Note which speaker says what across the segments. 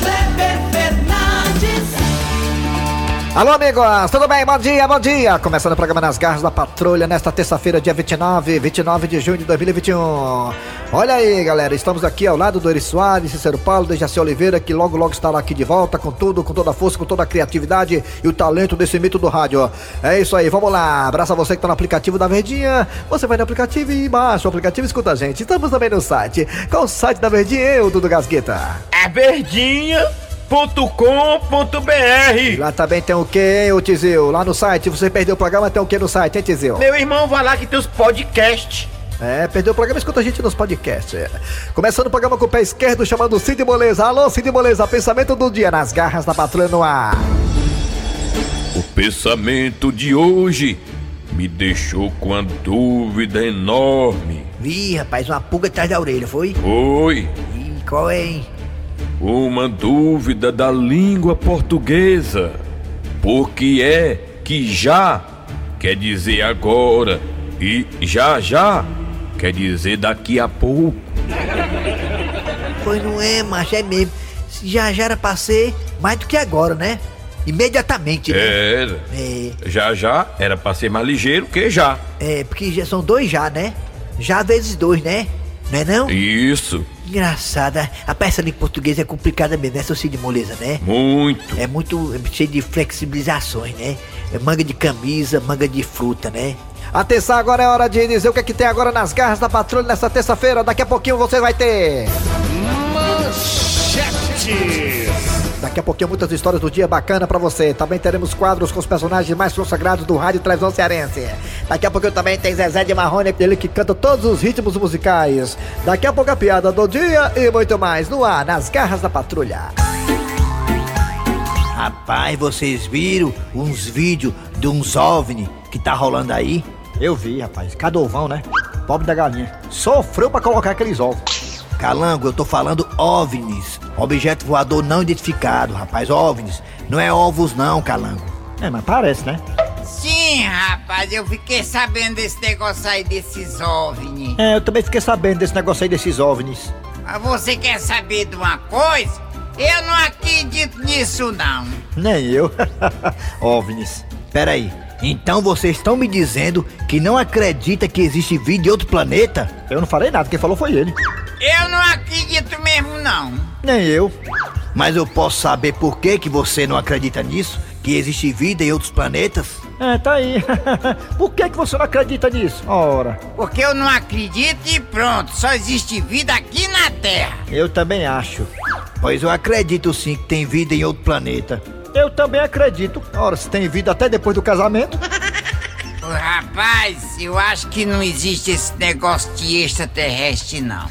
Speaker 1: Kleber Fernandes,
Speaker 2: Alô, amigos, tudo bem? Bom dia, bom dia! Começando o programa Nas Garras da Patrulha nesta terça-feira, dia 29, 29 de junho de 2021. Olha aí, galera, estamos aqui ao lado do Eri Soares, Cícero Paulo, de Jaci Oliveira, que logo, logo estará aqui de volta com tudo, com toda a força, com toda a criatividade e o talento desse mito do rádio. É isso aí, vamos lá. Abraça você que tá no aplicativo da Verdinha. Você vai no aplicativo e baixa o aplicativo e escuta a gente. Estamos também no site. Qual o site da Verdinha? Eu, Dudu Gasgueta.
Speaker 3: é verdinha.com.br.
Speaker 2: Lá também tem o que, hein, ô Tizil? Lá no site, você perdeu o programa, tem o que no site, hein, Tizil?
Speaker 3: Meu irmão, vai lá que tem os podcasts.
Speaker 2: É, perdeu o programa, escuta a gente nos podcasts. é. Começando o programa com o pé esquerdo, chamando Cid Moleza. Alô, Cid Moleza, pensamento do dia nas garras da patrulha no ar.
Speaker 4: O pensamento de hoje me deixou com a dúvida enorme.
Speaker 5: Ih, rapaz, uma pulga atrás da orelha, foi?
Speaker 4: Foi
Speaker 5: Ih, qual é, hein?
Speaker 4: uma dúvida da língua portuguesa. Porque é que já quer dizer agora e já já quer dizer daqui a pouco.
Speaker 5: Foi, não é, macho, é mesmo. Já já era pra ser mais do que agora, né? Imediatamente, né?
Speaker 4: Era.
Speaker 5: É,
Speaker 4: Já já era pra ser mais ligeiro que já.
Speaker 5: é, porque já são dois já, né? Já vezes dois, né? Não é não?
Speaker 4: Isso,
Speaker 5: Engraçada. A peça língua portuguesa é complicada mesmo, né, seu Cid Moleza, né?
Speaker 4: muito.
Speaker 5: É muito é cheio de flexibilizações, né? É manga de camisa, manga de fruta, né?
Speaker 2: Atenção, agora é hora de dizer o que é que tem agora nas garras da patrulha nessa terça-feira. Daqui a pouquinho você vai ter. Daqui a pouquinho muitas histórias do dia bacana pra você. Também teremos quadros com os personagens mais consagrados do rádio e televisão cearense. Daqui a pouquinho também tem Zezé de Marrone, ele que canta todos os ritmos musicais. Daqui a pouco a piada do dia e muito mais no ar, nas garras da patrulha.
Speaker 5: Rapaz, vocês viram uns vídeos de uns OVNI que tá rolando aí?
Speaker 2: Eu vi, rapaz. Cadovão, né? Pobre da galinha. Sofreu pra colocar aqueles ovos.
Speaker 5: Calango, eu tô falando OVNIs, objeto voador não identificado, rapaz, OVNIs. Não é ovos não, Calango.
Speaker 2: É, mas parece, né?
Speaker 6: Sim, rapaz, eu fiquei sabendo desse negócio aí desses OVNI.
Speaker 2: É, eu também fiquei sabendo desse negócio aí desses OVNIs.
Speaker 6: Mas você quer saber de uma coisa? Eu não acredito nisso, não.
Speaker 2: Nem eu. OVNIs.
Speaker 5: Pera aí. Então vocês estão me dizendo que não acredita que existe vida de outro planeta?
Speaker 2: Eu não falei nada, quem falou foi ele.
Speaker 6: Eu não acredito mesmo, não.
Speaker 2: Nem eu.
Speaker 5: Mas eu posso saber por que que você não acredita nisso? Que existe vida em outros planetas?
Speaker 2: É, tá aí. Por que, que você não acredita nisso? Ora,
Speaker 6: Porque eu não acredito e pronto, só existe vida aqui na Terra.
Speaker 2: eu também acho.
Speaker 5: Pois eu acredito sim que tem vida em outro planeta.
Speaker 2: Eu também acredito. Ora, se tem vida até depois do casamento.
Speaker 6: Ô, Rapaz, eu acho que não existe esse negócio de extraterrestre, não.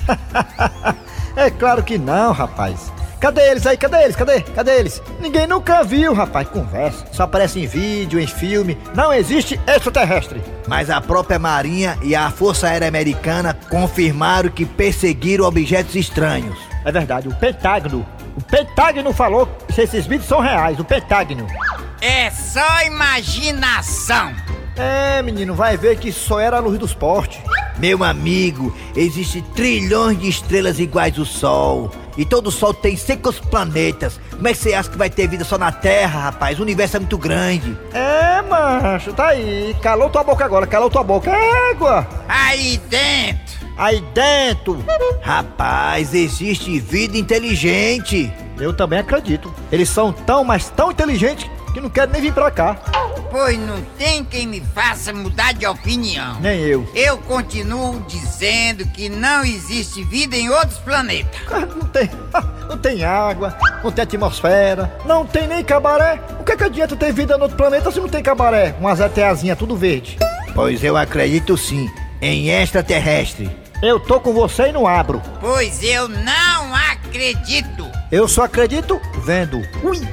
Speaker 2: É claro que não, rapaz. Cadê eles aí? Cadê eles? Cadê? Cadê eles? Ninguém nunca viu, rapaz. Conversa. Só aparece em vídeo, em filme. Não existe extraterrestre.
Speaker 5: Mas a própria Marinha e a Força Aérea Americana confirmaram que perseguiram objetos estranhos.
Speaker 2: É verdade, o Pentágono. O Pentágono falou se esses vídeos são reais, o Pentágono.
Speaker 6: É só imaginação.
Speaker 2: É, menino, vai ver que só era a luz dos postes.
Speaker 5: Meu amigo, existem trilhões de estrelas iguais ao Sol. E todo Sol tem secos planetas. Como é que você acha que vai ter vida só na Terra, rapaz? O universo é muito grande.
Speaker 2: É, macho, tá aí. Calou tua boca agora, calou tua boca. Égua!
Speaker 6: Aí dentro.
Speaker 2: Aí dentro!
Speaker 5: Rapaz, existe vida inteligente.
Speaker 2: Eu também acredito. Eles são tão, mas tão inteligentes que não querem nem vir pra cá.
Speaker 6: Pois não tem quem me faça mudar de opinião.
Speaker 2: Nem eu.
Speaker 6: Eu continuo dizendo que não existe vida em outros planetas.
Speaker 2: Ah, Não tem, não tem água, não tem atmosfera, não tem nem cabaré. O que, que adianta ter vida no outro planeta se não tem cabaré? Umas ETAzinha tudo verde.
Speaker 5: Pois eu acredito sim em extraterrestre.
Speaker 2: Eu tô com você e não abro.
Speaker 6: Pois eu não acredito.
Speaker 2: Eu só acredito vendo.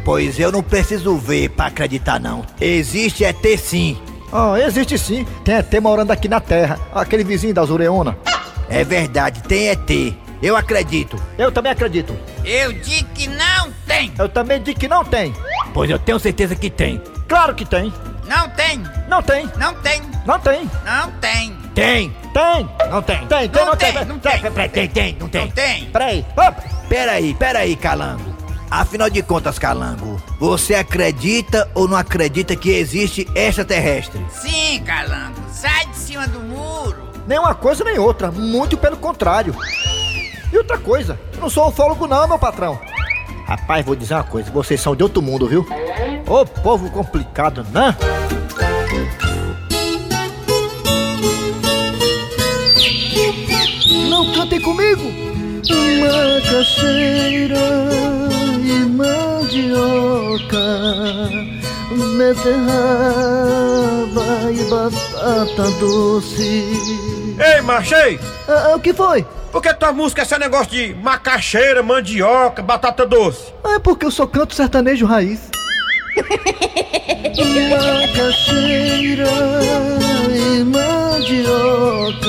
Speaker 5: Pois eu não preciso ver pra acreditar não. Existe é ter sim.
Speaker 2: Ah, existe sim. Tem ET morando aqui na Terra. Aquele vizinho da Zureona.
Speaker 5: É verdade, tem ET. Eu acredito.
Speaker 2: Eu também acredito.
Speaker 6: Eu digo que não tem. tem!
Speaker 2: Eu também digo que não tem.
Speaker 5: Pois eu tenho certeza que tem.
Speaker 2: Claro que tem.
Speaker 6: Não tem!
Speaker 2: Não tem.
Speaker 6: Não tem!
Speaker 2: Não tem.
Speaker 6: Não tem!
Speaker 5: Tem!
Speaker 2: Tem.
Speaker 5: Não tem!
Speaker 2: Tem, tem,
Speaker 6: Não
Speaker 2: não
Speaker 6: tem,
Speaker 2: tem.
Speaker 6: não tem.
Speaker 5: Tem, tem, tem, não
Speaker 6: Não
Speaker 5: tem!
Speaker 6: tem!
Speaker 2: Peraí. Opa.
Speaker 5: Peraí, peraí, Calango. Afinal de contas, Calango, você acredita ou não acredita que existe extraterrestre?
Speaker 6: Sim, calango! Sai de cima do muro!
Speaker 2: Nem uma coisa nem outra. Muito pelo contrário. E outra coisa. eu Não sou ufólogo não, meu patrão. Rapaz, vou dizer uma coisa. Vocês são de outro mundo, viu? Ô povo complicado, né? Não cantem comigo! Macaxeira e mandioca, beterraba e batata doce.
Speaker 3: Ei, Marchei,
Speaker 2: Ah, ah, o que foi?
Speaker 3: por que tua música é esse negócio de macaxeira, mandioca, batata doce?
Speaker 2: Ah, É porque eu sou canto sertanejo raiz. Macaxeira e mandioca.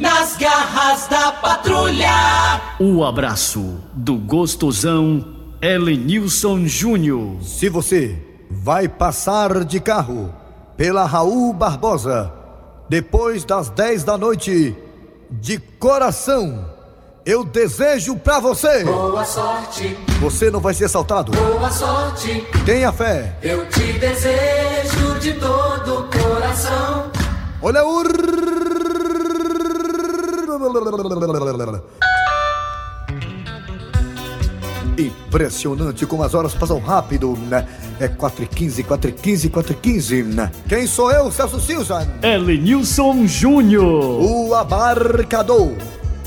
Speaker 1: Nas garras da patrulha.
Speaker 7: O abraço do gostosão Elenilson Júnior.
Speaker 8: Se você vai passar de carro pela Raul Barbosa depois das 10 da noite, de coração, eu desejo pra você.
Speaker 1: Boa sorte,
Speaker 8: Você não vai ser assaltado.
Speaker 1: boa sorte.
Speaker 8: Tenha fé.
Speaker 1: Eu te desejo de todo o coração.
Speaker 8: Olha o. Impressionante como as horas passam rápido, né? É 4 e 15, 4 e 15, 4 e 15, né? Quem sou eu, Celso Silva?
Speaker 7: Elenilson Júnior.
Speaker 8: O abarcador.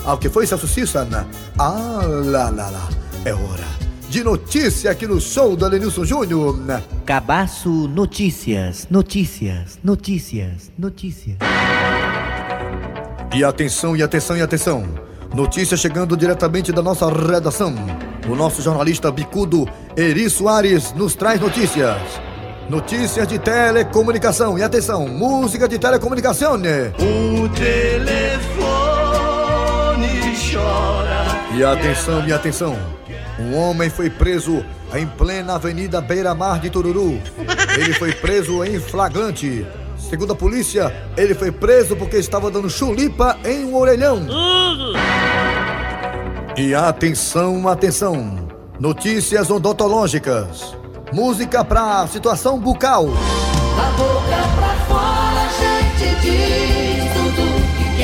Speaker 8: Ah, o que foi, Celso Cissana? Ah, lá, lá, lá. É hora de notícia aqui no show do Alenilson Júnior.
Speaker 5: Cabaço Notícias, notícias, notícias, notícias.
Speaker 8: E atenção, e atenção, e atenção. Notícia chegando diretamente da nossa redação. O nosso jornalista bicudo Eri Soares nos traz notícias. Notícias de telecomunicação. E atenção, música de telecomunicação, né?
Speaker 3: O telefone chora.
Speaker 8: E atenção, e atenção. Um homem foi preso em plena Avenida Beira Mar de Tururu. Ele foi preso em flagrante. Segundo a polícia, ele foi preso porque estava dando chulipa em um orelhão. E atenção, atenção. Notícias odontológicas. Música pra situação bucal.
Speaker 1: Da boca pra fora, a gente diz tudo o que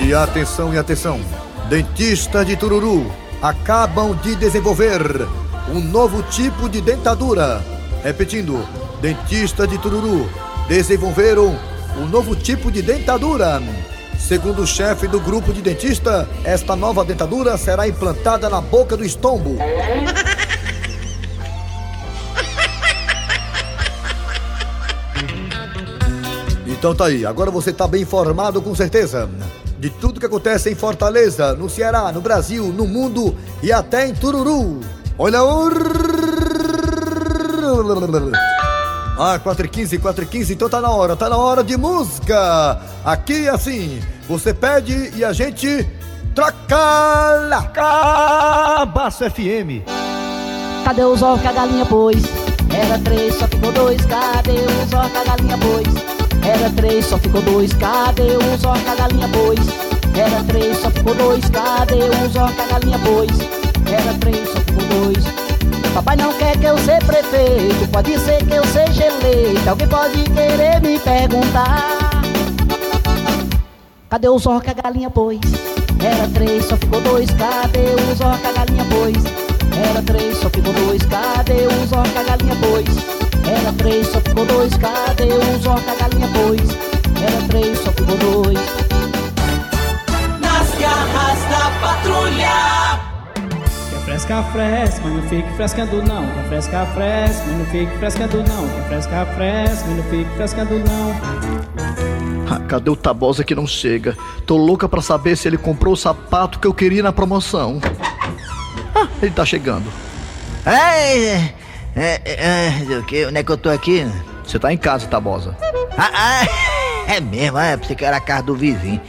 Speaker 1: quer.
Speaker 8: E atenção e atenção, dentistas de Tururu acabam de desenvolver um novo tipo de dentadura. Repetindo, dentistas de Tururu desenvolveram um novo tipo de dentadura. Segundo o chefe do grupo de dentista, esta nova dentadura será implantada na boca do estombo. Então tá aí, agora você tá bem informado com certeza. De tudo que acontece em Fortaleza, no Ceará, no Brasil, no mundo e até em Tururu. Olha o. Ah, 4h15, 4h15, então tá na hora, tá na hora de música! Aqui assim, você pede e a gente troca lá!
Speaker 2: Cabaço FM.
Speaker 9: Cadê os ovos que a galinha pôs? Era três, só ficou dois. Cadê os ovos que a galinha pôs? Era três, só ficou dois. Cadê os ovos que a galinha pôs? Era três, só ficou dois. Cadê os ovos que a galinha pôs? Era três, só ficou dois. Papai não quer que eu seja prefeito, pode ser que eu seja eleito. Alguém pode querer me perguntar. Cadê os ovos que a galinha pôs? Era três, só ficou dois. Cadê os ovos que a galinha pôs? Era três, só ficou dois. Cadê os ovos que a galinha pôs? Era três, só ficou dois. Cadê os ovos que a galinha pôs? Era três, só ficou dois.
Speaker 1: Nas garras da patrulha.
Speaker 10: Quer fresca, fresca, mas não fique frescando não. Quer fresca, fresca, mas não fique frescando não. Quer fresca, fresca, mas não fique frescando não.
Speaker 8: Ah, cadê o Tabosa que não chega? Tô louca pra saber se ele comprou o sapato que eu queria na promoção. Ah, ele tá chegando.
Speaker 5: Ai, é, é, é, o que, onde é que eu tô aqui?
Speaker 8: Você tá em casa, Tabosa.
Speaker 5: Ah, ah, é mesmo, ah, pensei que era a casa do vizinho.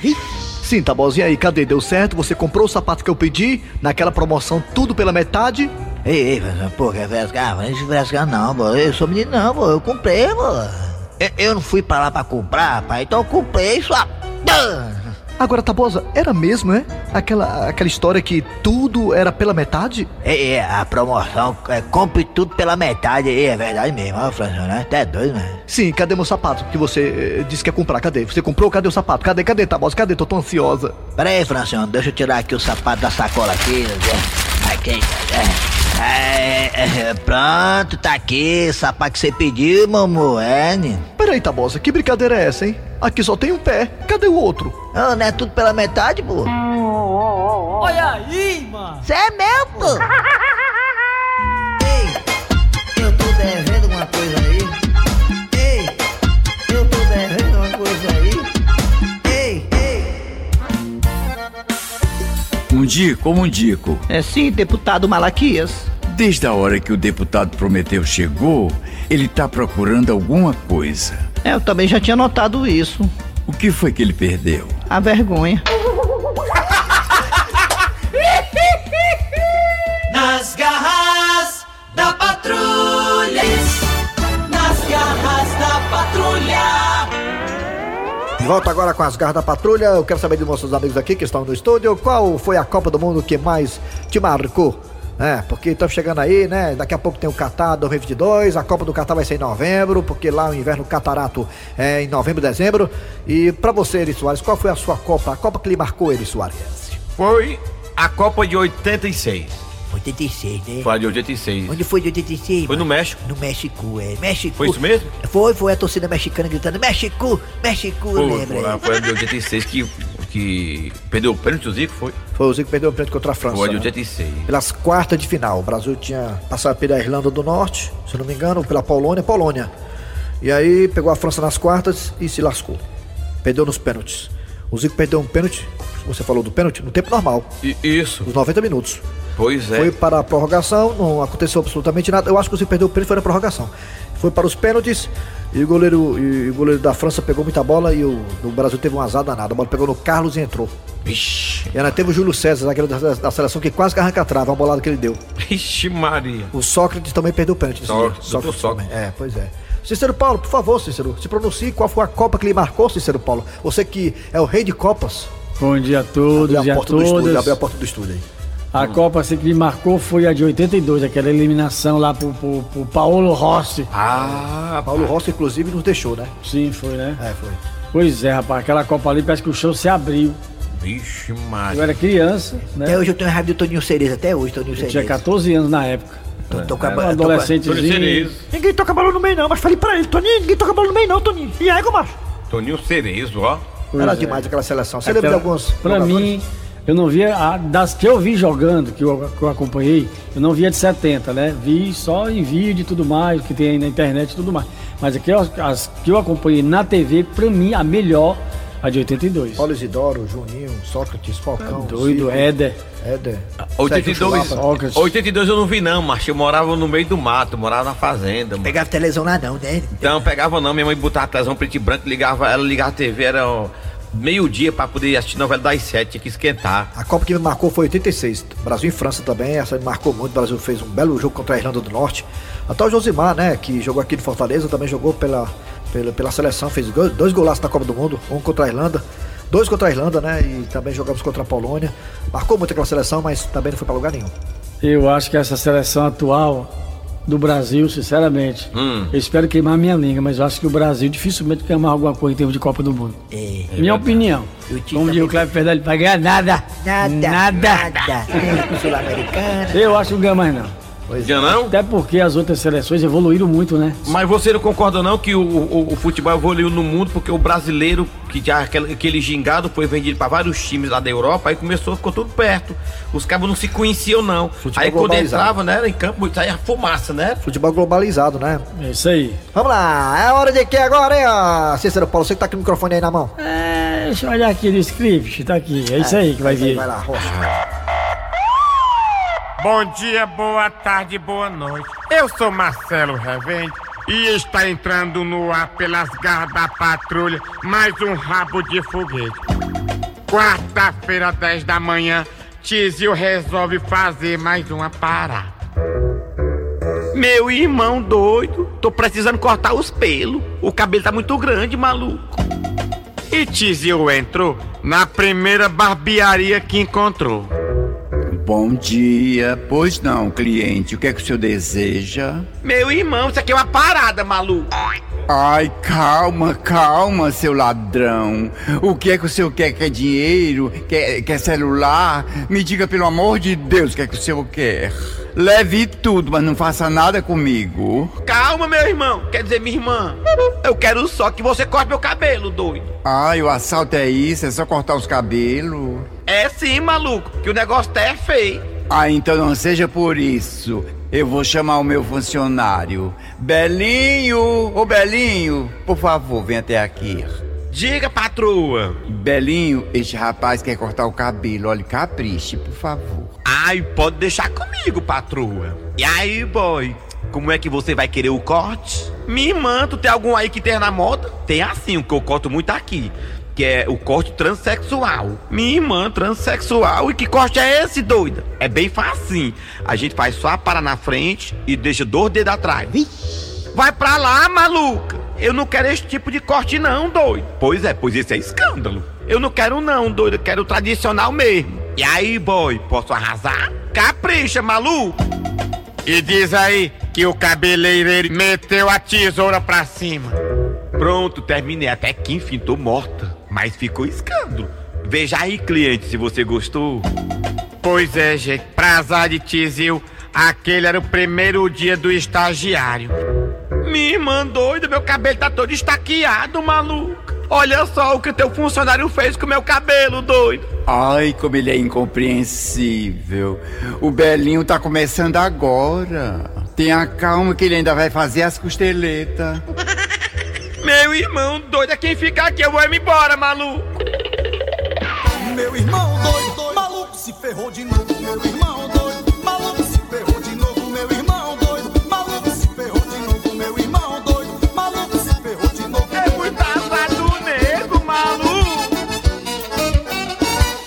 Speaker 8: Sim, Tabosa, e aí, cadê? Deu certo? Você comprou o sapato que eu pedi? Naquela promoção, tudo pela metade?
Speaker 5: Ei, ei, pô, quer frescar? Não deixa frescar Ah, não, pô. Eu sou menino não, pô. Eu comprei, pô. Eu, eu não fui pra lá pra comprar, pai. Então eu comprei sua...
Speaker 2: Agora, Tabosa, era mesmo, é? Aquela, aquela história que tudo era pela metade?
Speaker 5: É, é, a promoção é compre tudo pela metade. É, é verdade mesmo, ó, Francisco, né? Até doido, né?
Speaker 2: Sim, cadê meu sapato que você eh, disse que ia comprar? Cadê? Você comprou? Cadê o sapato? Cadê? Cadê, Tabosa? Cadê? Tô tão ansiosa.
Speaker 5: Pera aí, Francisco, deixa eu tirar aqui o sapato da sacola aqui. né? Aqui, é. É, é, é, pronto, tá aqui, o sapato que você pediu, mamô, é, né?
Speaker 2: Peraí, Tabosa, que brincadeira é essa, hein? Aqui só tem um pé. Cadê o outro?
Speaker 5: Ah, não é tudo pela metade, pô?
Speaker 10: Olha aí, mano.
Speaker 5: Você é meu, pô. Ei, eu tô devendo uma coisa aí. Ei, eu tô devendo uma coisa aí. Ei, ei.
Speaker 11: Mundico, Mundico,
Speaker 12: É sim, deputado Malaquias.
Speaker 11: desde a hora que o deputado Prometeu chegou, ele tá procurando alguma coisa.
Speaker 12: É, eu também já tinha notado isso.
Speaker 11: O que foi que ele perdeu?
Speaker 12: A vergonha.
Speaker 1: Nas garras da patrulha. Nas garras da patrulha.
Speaker 2: De volta agora com as garras da patrulha. Eu quero saber de nossos amigos aqui que estão no estúdio. Qual foi a Copa do Mundo que mais te marcou? É, porque estamos chegando aí, né? Daqui a pouco tem o Catar 2022. A Copa do Catar vai ser em novembro, porque lá o inverno catarato é em novembro, dezembro. E pra você, Eri Soares, qual foi a sua Copa? A Copa que lhe marcou, Eri Soares?
Speaker 13: Foi a Copa de 86.
Speaker 5: 86, né?
Speaker 13: Foi a de 86.
Speaker 5: Onde foi de 86?
Speaker 13: Foi no
Speaker 5: mano?
Speaker 13: México.
Speaker 5: No México, é. México.
Speaker 13: Foi isso mesmo?
Speaker 5: Foi, foi a torcida mexicana gritando: México, México,
Speaker 13: Foi, foi,
Speaker 5: lembra?
Speaker 13: a-
Speaker 5: aí?
Speaker 13: foi a de 86 que, que perdeu o pênalti, o Zico foi.
Speaker 2: Foi o Zico que perdeu o prêmio contra a França.
Speaker 13: Foi a de
Speaker 2: né?
Speaker 13: 86.
Speaker 2: Pelas quartas de final. O Brasil tinha passado pela Irlanda do Norte, se eu não me engano, pela Polônia, Polônia. E aí pegou a França nas quartas e se lascou. Perdeu nos pênaltis. O Zico perdeu um pênalti, você falou do pênalti, no tempo normal,
Speaker 13: E isso.
Speaker 2: nos 90 minutos.
Speaker 13: Pois é.
Speaker 2: Foi para a prorrogação, não aconteceu absolutamente nada. Eu acho que o Zico perdeu o pênalti, foi na prorrogação. Foi para os pênaltis e o goleiro, e o goleiro da França pegou muita bola e o, o Brasil teve um azar danado. A bola pegou no Carlos e entrou.
Speaker 13: Vixe.
Speaker 2: E ainda teve o Júlio César, aquele da, da- da seleção que quase que arranca a trava, uma bolada que ele deu.
Speaker 13: Vixe, Maria.
Speaker 2: O Sócrates também perdeu o pênalti. nesse
Speaker 13: Sócrates,
Speaker 2: dia.
Speaker 13: doutor Sócrates.
Speaker 2: também. É, pois é. Cícero Paulo, por favor, Cícero, se pronuncie qual foi a Copa que lhe marcou, Cícero Paulo. Você que é o rei de Copas.
Speaker 7: Bom dia a todos
Speaker 2: Abriu
Speaker 7: e
Speaker 2: a
Speaker 7: a
Speaker 2: porta do estúdio,
Speaker 7: todas.
Speaker 2: abriu a porta do estúdio aí.
Speaker 7: A Copa assim, que me marcou foi a de 82, aquela eliminação lá pro, pro, pro Paulo Rossi.
Speaker 13: Ah,
Speaker 2: Paulo Rossi, inclusive, nos deixou, né?
Speaker 7: Sim, foi, né?
Speaker 2: É, foi.
Speaker 7: Pois é, rapaz, aquela Copa ali parece que o chão se abriu.
Speaker 13: Vixe,
Speaker 7: Eu
Speaker 13: Maria.
Speaker 7: era criança, né?
Speaker 5: Até hoje eu tenho raiva do Toninho Cereza, até hoje, Toninho
Speaker 7: Eu tinha
Speaker 5: Cereza.
Speaker 7: 14 anos na época.
Speaker 2: Então,
Speaker 5: Tô com a-
Speaker 7: Era
Speaker 5: tô
Speaker 7: um
Speaker 5: com a-
Speaker 7: adolescentezinho.
Speaker 12: Ninguém toca bola no meio não, mas falei pra ele, Toninho, ninguém toca bola no meio não, Toninho. E aí, macho?
Speaker 13: Toninho Cerezo, ó.
Speaker 2: Era
Speaker 7: Pois é.
Speaker 2: demais aquela seleção. Você lembra de
Speaker 7: Aquela-
Speaker 2: alguns?
Speaker 7: Pra mim, eu não via. a- das que eu vi jogando, que eu, que eu acompanhei, eu não via de 70, né? Vi só em vídeo e tudo mais, que tem aí na internet e tudo mais. Mas aqui, ó, as que eu acompanhei na TV, pra mim, a melhor, a de 82.
Speaker 2: Paulo Isidoro, Juninho, Sócrates, Falcão.
Speaker 7: Tá Doido,
Speaker 2: Zico,
Speaker 7: Éder.
Speaker 2: Éder. Sérgio
Speaker 13: 82,
Speaker 2: Chulapa.
Speaker 13: 82 eu não vi não, macho. Eu morava no meio do mato, morava na fazenda, mano.
Speaker 5: Pegava televisão lá não, né?
Speaker 13: Então pegava não, minha mãe botava televisão preto e branco, ligava, ela ligava a TV, era ó, meio-dia pra poder assistir novela das sete, tinha que esquentar.
Speaker 2: A Copa que me marcou foi 86. Brasil e França também, essa me marcou muito. O Brasil fez um belo jogo contra a Irlanda do Norte. Até o Josimar, né, que jogou aqui no Fortaleza, também jogou pela, pela, pela seleção, fez go- dois golaços na Copa do Mundo, um contra a Irlanda, dois contra a Irlanda, né, e também jogamos contra a Polônia. Marcou muito aquela seleção, mas também não foi pra lugar nenhum.
Speaker 7: Eu acho que essa seleção atual do Brasil, sinceramente,
Speaker 13: Hum.
Speaker 7: eu espero queimar minha língua, mas eu acho que o Brasil dificilmente queimar alguma coisa em termos de Copa do Mundo.
Speaker 5: É.
Speaker 7: minha opinião.
Speaker 5: Eu tinha
Speaker 7: Como diz o Cleber Fernandes, ele vai ganhar nada.
Speaker 5: Nada.
Speaker 7: Nada.
Speaker 5: Nada. Sul-Americana.
Speaker 7: Eu acho que não ganha mais não.
Speaker 13: Já não?
Speaker 7: Até porque as outras seleções evoluíram muito, né?
Speaker 13: Mas você não concorda não que o, o- o futebol é evoluiu no mundo porque o brasileiro, que já aquele, aquele gingado foi vendido pra vários times lá da Europa, aí começou, ficou tudo perto. Os cabos não se conheciam não.
Speaker 2: Futebol
Speaker 13: aí quando
Speaker 2: globalizado.
Speaker 13: entrava, né, era em campo, saía fumaça, né?
Speaker 2: Futebol globalizado, né?
Speaker 7: É isso aí.
Speaker 2: Vamos lá, é hora de que agora, hein, ó? Cícero Paulo, você que tá com o microfone aí na mão.
Speaker 7: É, deixa eu olhar aqui no script, tá aqui. É isso aí que vai vir.
Speaker 2: Vai lá, rocha.
Speaker 14: Bom dia, boa tarde, boa noite. Eu sou Marcelo Revende e está entrando no ar pelas garras da patrulha mais um rabo de foguete. Quarta-feira, 10 da manhã, Tizio resolve fazer mais uma parada.
Speaker 13: Meu irmão doido, tô precisando cortar os pelos. O cabelo tá muito grande, maluco.
Speaker 14: E Tizio entrou na primeira barbearia que encontrou.
Speaker 11: Bom dia, pois não, cliente. O que é que o senhor deseja?
Speaker 13: Meu irmão, isso aqui é uma parada, maluco.
Speaker 11: Ai, calma, calma, seu ladrão. O que é que o senhor quer? Quer dinheiro? Quer, quer celular? Me diga, pelo amor de Deus, o que é que o senhor quer? Leve tudo, mas não faça nada comigo.
Speaker 13: Calma, meu irmão. Quer dizer, minha irmã. Eu quero só que você corte meu cabelo, doido.
Speaker 11: Ai, o assalto é isso? É só cortar os cabelos?
Speaker 13: É sim, maluco, que o negócio tá é feio.
Speaker 11: Ah, então não seja por isso. Eu vou chamar o meu funcionário. Belinho! Ô Belinho, por favor, vem até aqui.
Speaker 13: Diga, patroa.
Speaker 11: Belinho, este rapaz quer cortar o cabelo. Olha, capriche, por favor.
Speaker 13: Ai, pode deixar comigo, patroa. E aí, boy? Como é que você vai querer o corte? Minha irmã, tu tem algum aí que tem na moda? Tem assim, o que eu corto muito aqui. Que é o corte transexual. Minha irmã, transexual. E que corte é esse, doida? É bem facinho. A gente faz só a para na frente e deixa dois dedos atrás. Vai pra lá, maluca! Eu não quero esse tipo de corte, não, doido. Pois é, pois esse é escândalo. Eu não quero, não, doido. Eu quero o tradicional mesmo. E aí, boy, posso arrasar? Capricha, maluco!
Speaker 14: E diz aí que o cabeleireiro meteu a tesoura pra cima.
Speaker 13: Pronto, terminei. Até que enfim, tô morta. Mas ficou escândalo. Veja aí, cliente, se você gostou.
Speaker 14: Pois é, gente, pra azar de Tizil, aquele era o primeiro dia do estagiário.
Speaker 13: Minha irmã doida, meu cabelo tá todo estaqueado, maluco. Olha só o que teu funcionário fez com meu cabelo, doido.
Speaker 11: Ai, como ele é incompreensível. O Belinho tá começando agora. Tenha calma que ele ainda vai fazer as costeletas.
Speaker 13: Meu irmão doido, é quem ficar aqui, eu vou me embora, maluco.
Speaker 15: Meu irmão doido, doido, maluco se ferrou de novo. Meu irmão doido, maluco se ferrou de novo. Meu irmão doido, maluco se ferrou de novo. Meu irmão doido, maluco se ferrou de novo. É muita
Speaker 13: do nego, maluco.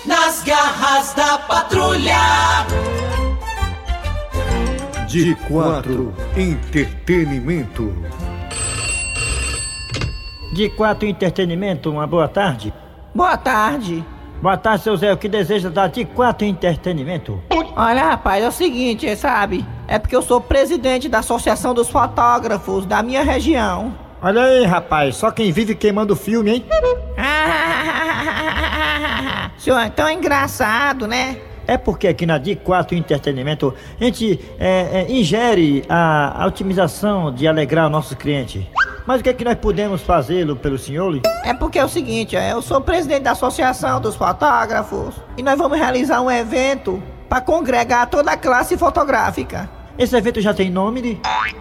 Speaker 1: Nas garras da patrulha.
Speaker 8: De 4, entretenimento.
Speaker 12: De quatro entretenimento, uma boa tarde.
Speaker 16: Boa tarde.
Speaker 12: Boa tarde, seu Zé. O que deseja dar de quatro entretenimento?
Speaker 16: Olha, rapaz, é o seguinte, sabe? É porque eu sou presidente da Associação dos Fotógrafos da minha região.
Speaker 12: Olha aí, rapaz, só quem vive queimando filme, hein?
Speaker 16: Senhor, então é engraçado, né?
Speaker 12: É porque aqui na D4 Entretenimento a gente é, é, ingere a, a otimização de alegrar o nosso cliente. Mas o que é que nós podemos fazê-lo pelo senhor?
Speaker 16: É porque é o seguinte, é, eu sou presidente da Associação dos Fotógrafos e nós vamos realizar um evento para congregar toda a classe fotográfica.
Speaker 12: Esse evento já tem nome de?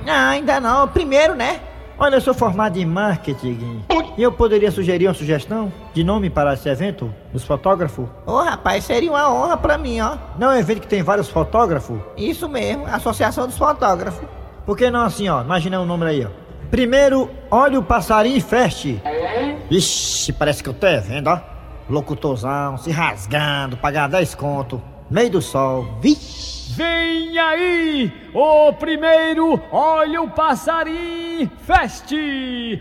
Speaker 16: Ah, ainda não, primeiro, né?
Speaker 12: Olha, eu sou formado em marketing e eu poderia sugerir uma sugestão de nome para esse evento dos fotógrafos?
Speaker 16: Ô, rapaz, seria uma honra para mim, ó.
Speaker 12: Não é um evento que tem vários fotógrafos?
Speaker 16: Isso mesmo, Associação dos Fotógrafos.
Speaker 12: Por que não assim, ó? Imagina um nome aí, ó. Primeiro, olha o passarinho e feste. Ixi, parece que eu tô é vendo, ó. Locutorzão, se rasgando, pagar 10 conto, meio do sol. Vixe.
Speaker 17: Vem aí, o primeiro, olha o passarinho, feste.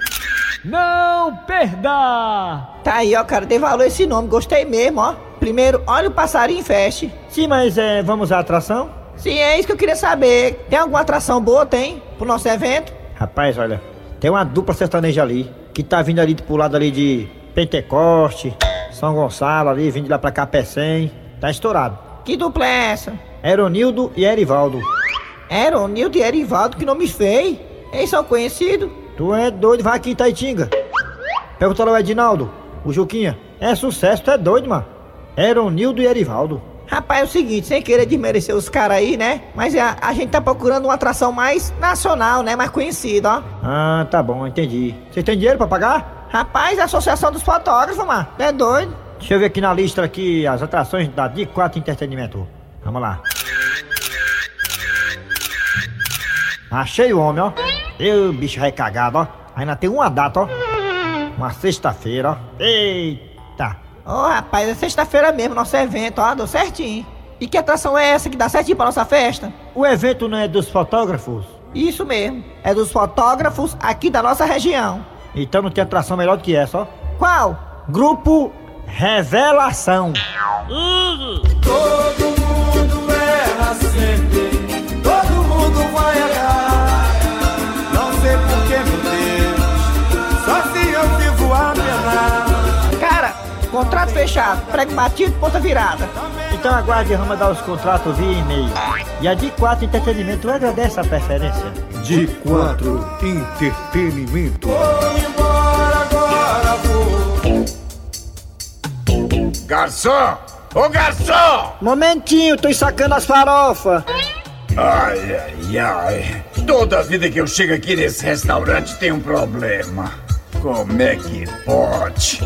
Speaker 17: Não perda!
Speaker 12: Ah!
Speaker 16: Tá aí, ó, cara, dei valor esse nome, gostei mesmo, ó. Primeiro, olha o passarinho e feste.
Speaker 12: Sim, mas é, vamos à atração?
Speaker 16: Sim, é isso que eu queria saber. Tem alguma atração boa, tem? Pro nosso evento?
Speaker 12: Rapaz, olha, tem uma dupla sertaneja ali, que tá vindo ali pro lado ali de Pentecoste, São Gonçalo ali, vindo lá pra Capecém, tá estourado.
Speaker 16: Que dupla é essa?
Speaker 12: Eronildo e Erivaldo.
Speaker 16: Eronildo e Erivaldo, que nome feio. Eles são conhecidos.
Speaker 12: Tu é doido, vai aqui em Taitinga. Pergunta lá o Edinaldo, o Juquinha. É sucesso, tu é doido, mano. Eronildo e Erivaldo.
Speaker 16: Rapaz, é o seguinte, sem querer desmerecer os caras aí, né? Mas a, a gente tá procurando uma atração mais nacional, né? Mais conhecida, ó.
Speaker 12: Ah, tá bom, entendi. Ah, Vocês têm dinheiro pra pagar?
Speaker 16: Rapaz, a Associação dos Fotógrafos, mano. É doido.
Speaker 12: Deixa eu ver aqui na lista aqui as atrações da D4 Entretenimento. Vamos lá. Achei o homem, ó. Eu, bicho recagado, ó. Ainda tem uma data, ó. Uma sexta-feira, ó. Eita.
Speaker 16: Ô, rapaz, é sexta-feira mesmo, nosso evento, ó, deu certinho. E que atração é essa que dá certinho pra nossa festa?
Speaker 12: O evento não é dos fotógrafos?
Speaker 16: Isso mesmo, é dos fotógrafos aqui da nossa região.
Speaker 12: Então não tem atração melhor do que essa, ó.
Speaker 16: Qual?
Speaker 12: Grupo Revelação.
Speaker 1: Todo mundo erra sempre, todo mundo vai errar. Não sei por que, meu Deus, só se eu vivo a penar.
Speaker 16: Cara, contrato fechado, prego batido, ponta virada.
Speaker 12: Então aguarde Rama dar os contratos via e-mail. E a de 4 Entretenimento agradece a preferência.
Speaker 8: De 4 Entretenimento.
Speaker 11: Garçom! Ô garçom!
Speaker 12: Momentinho, tô sacando as farofas.
Speaker 11: Ai, ai, ai. Toda vida que eu chego aqui nesse restaurante tem um problema. Como é que pode?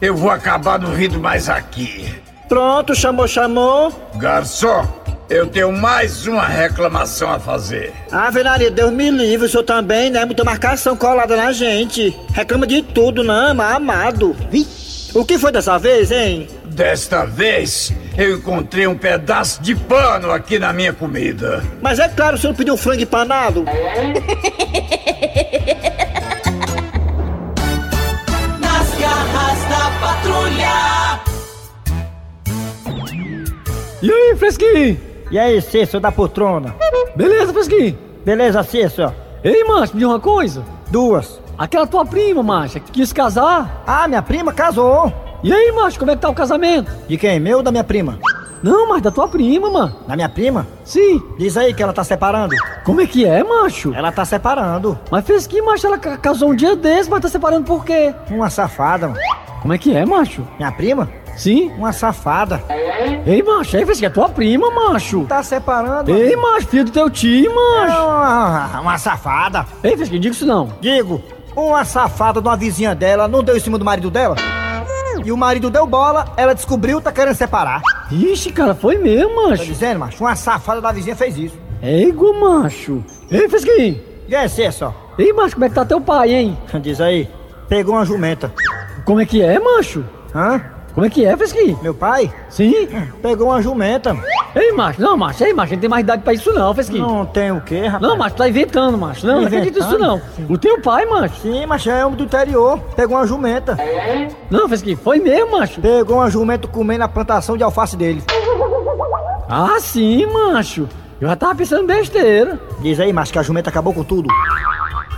Speaker 11: Eu vou acabar não rindo mais aqui.
Speaker 12: Pronto, chamou, chamou.
Speaker 11: Garçom, eu tenho mais uma reclamação a fazer.
Speaker 12: Ave Maria, Deus me livre, o senhor também, né? Muita marcação colada na gente. Reclama de tudo, não, ama, amado. Vi. O que foi dessa vez, hein?
Speaker 11: Desta vez, eu encontrei um pedaço de pano aqui na minha comida.
Speaker 12: Mas é claro, o senhor pediu frango empanado.
Speaker 9: Nas garras da patrulha.
Speaker 12: E aí, Fresquinho? E aí, Cício da poltrona? Beleza, Fresquinho? Beleza, Cício?
Speaker 7: Ei, macho, me diz uma coisa.
Speaker 12: Duas.
Speaker 7: Aquela tua prima, macho, que quis casar.
Speaker 12: Ah, minha prima casou.
Speaker 7: E aí, macho, como é que tá o casamento?
Speaker 12: De quem? Meu ou da minha prima?
Speaker 7: Não, mas da tua prima, mano.
Speaker 12: Da minha prima?
Speaker 7: Sim.
Speaker 12: Diz aí que ela tá separando.
Speaker 7: Como é que é, macho?
Speaker 12: Ela tá separando.
Speaker 7: Mas fez que, macho, ela ca- casou um dia desses, mas tá separando por quê?
Speaker 12: Uma safada, mano.
Speaker 7: Como é que é, macho?
Speaker 12: Minha prima?
Speaker 7: Sim.
Speaker 12: Uma safada.
Speaker 7: Ei, macho, aí fez que é tua prima, macho.
Speaker 12: Tá separando?
Speaker 7: Ei, macho, filho do teu tio,
Speaker 12: É
Speaker 7: macho.
Speaker 12: Uma, uma safada.
Speaker 7: Ei, fez que diga isso não.
Speaker 12: Digo, uma safada de uma vizinha dela não deu em cima do marido dela? E o marido deu bola, ela descobriu, tá querendo separar.
Speaker 7: Ixi, cara, foi mesmo,
Speaker 12: Tá
Speaker 7: macho.
Speaker 12: dizendo, macho? Uma safada da vizinha fez isso.
Speaker 7: Égua, macho. Ei, fez que...
Speaker 12: E é só.
Speaker 7: Ei, macho, como é que tá teu pai, hein?
Speaker 12: Diz aí, pegou uma jumenta.
Speaker 7: Como é que é, macho?
Speaker 12: Hã?
Speaker 7: Como é que é, Fresquinho?
Speaker 12: Meu pai?
Speaker 7: Sim?
Speaker 12: Pegou uma jumenta.
Speaker 7: Ei, macho, não, macho, ei, macho, não tem mais idade pra isso não, Fresquinho.
Speaker 12: Não tem o quê, rapaz?
Speaker 7: Não, macho, tá inventando, macho. Não, não acredito nisso
Speaker 12: Inventando?
Speaker 7: não. O teu pai, macho.
Speaker 12: Sim, macho, é homem do interior. Pegou uma jumenta.
Speaker 7: Não, Fresquinho, foi mesmo, macho.
Speaker 12: Pegou uma jumenta comendo a plantação de alface dele.
Speaker 7: Ah, sim, macho. Eu já tava pensando besteira.
Speaker 12: Diz aí, macho, que a jumenta acabou com tudo.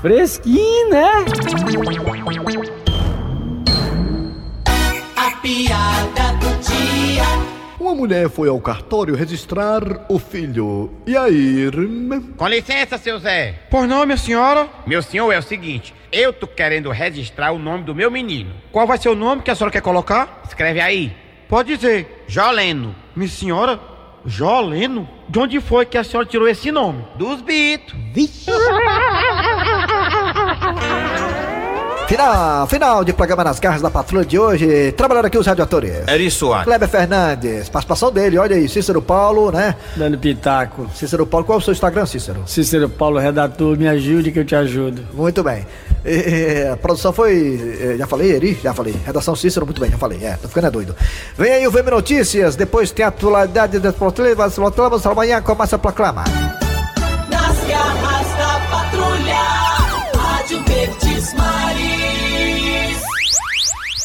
Speaker 7: Fresquinho, né?
Speaker 9: A piada do dia.
Speaker 8: Uma mulher foi ao cartório registrar o filho. E aí, irmã?
Speaker 13: Com licença, seu Zé. Por não, minha senhora. Meu senhor, é o seguinte. Eu tô querendo registrar o nome do meu menino. Qual vai ser o nome que a senhora quer colocar? Escreve aí. Pode dizer. Joleno. Minha senhora, Joleno? De onde foi que a senhora tirou esse nome? Dos Bitos.
Speaker 2: Final, final de programa nas garras da patrulha de hoje. Trabalharam aqui os radioatores.
Speaker 18: Eri Soares.
Speaker 2: Kleber Fernandes, participação dele, olha aí, Cícero Paulo, né?
Speaker 7: Dando pitaco.
Speaker 2: Cícero Paulo, qual é o seu Instagram, Cícero?
Speaker 7: Cícero Paulo, redator, me ajude que eu te ajudo.
Speaker 2: Muito bem. Eh, eh, a produção foi. eh, já falei, Eri? Já falei. Redação Cícero, muito bem, já falei. É, tô ficando é doido. Vem aí o VM Notícias, depois tem a atualidade das proclamas, proclamas, amanhã começa a proclamar.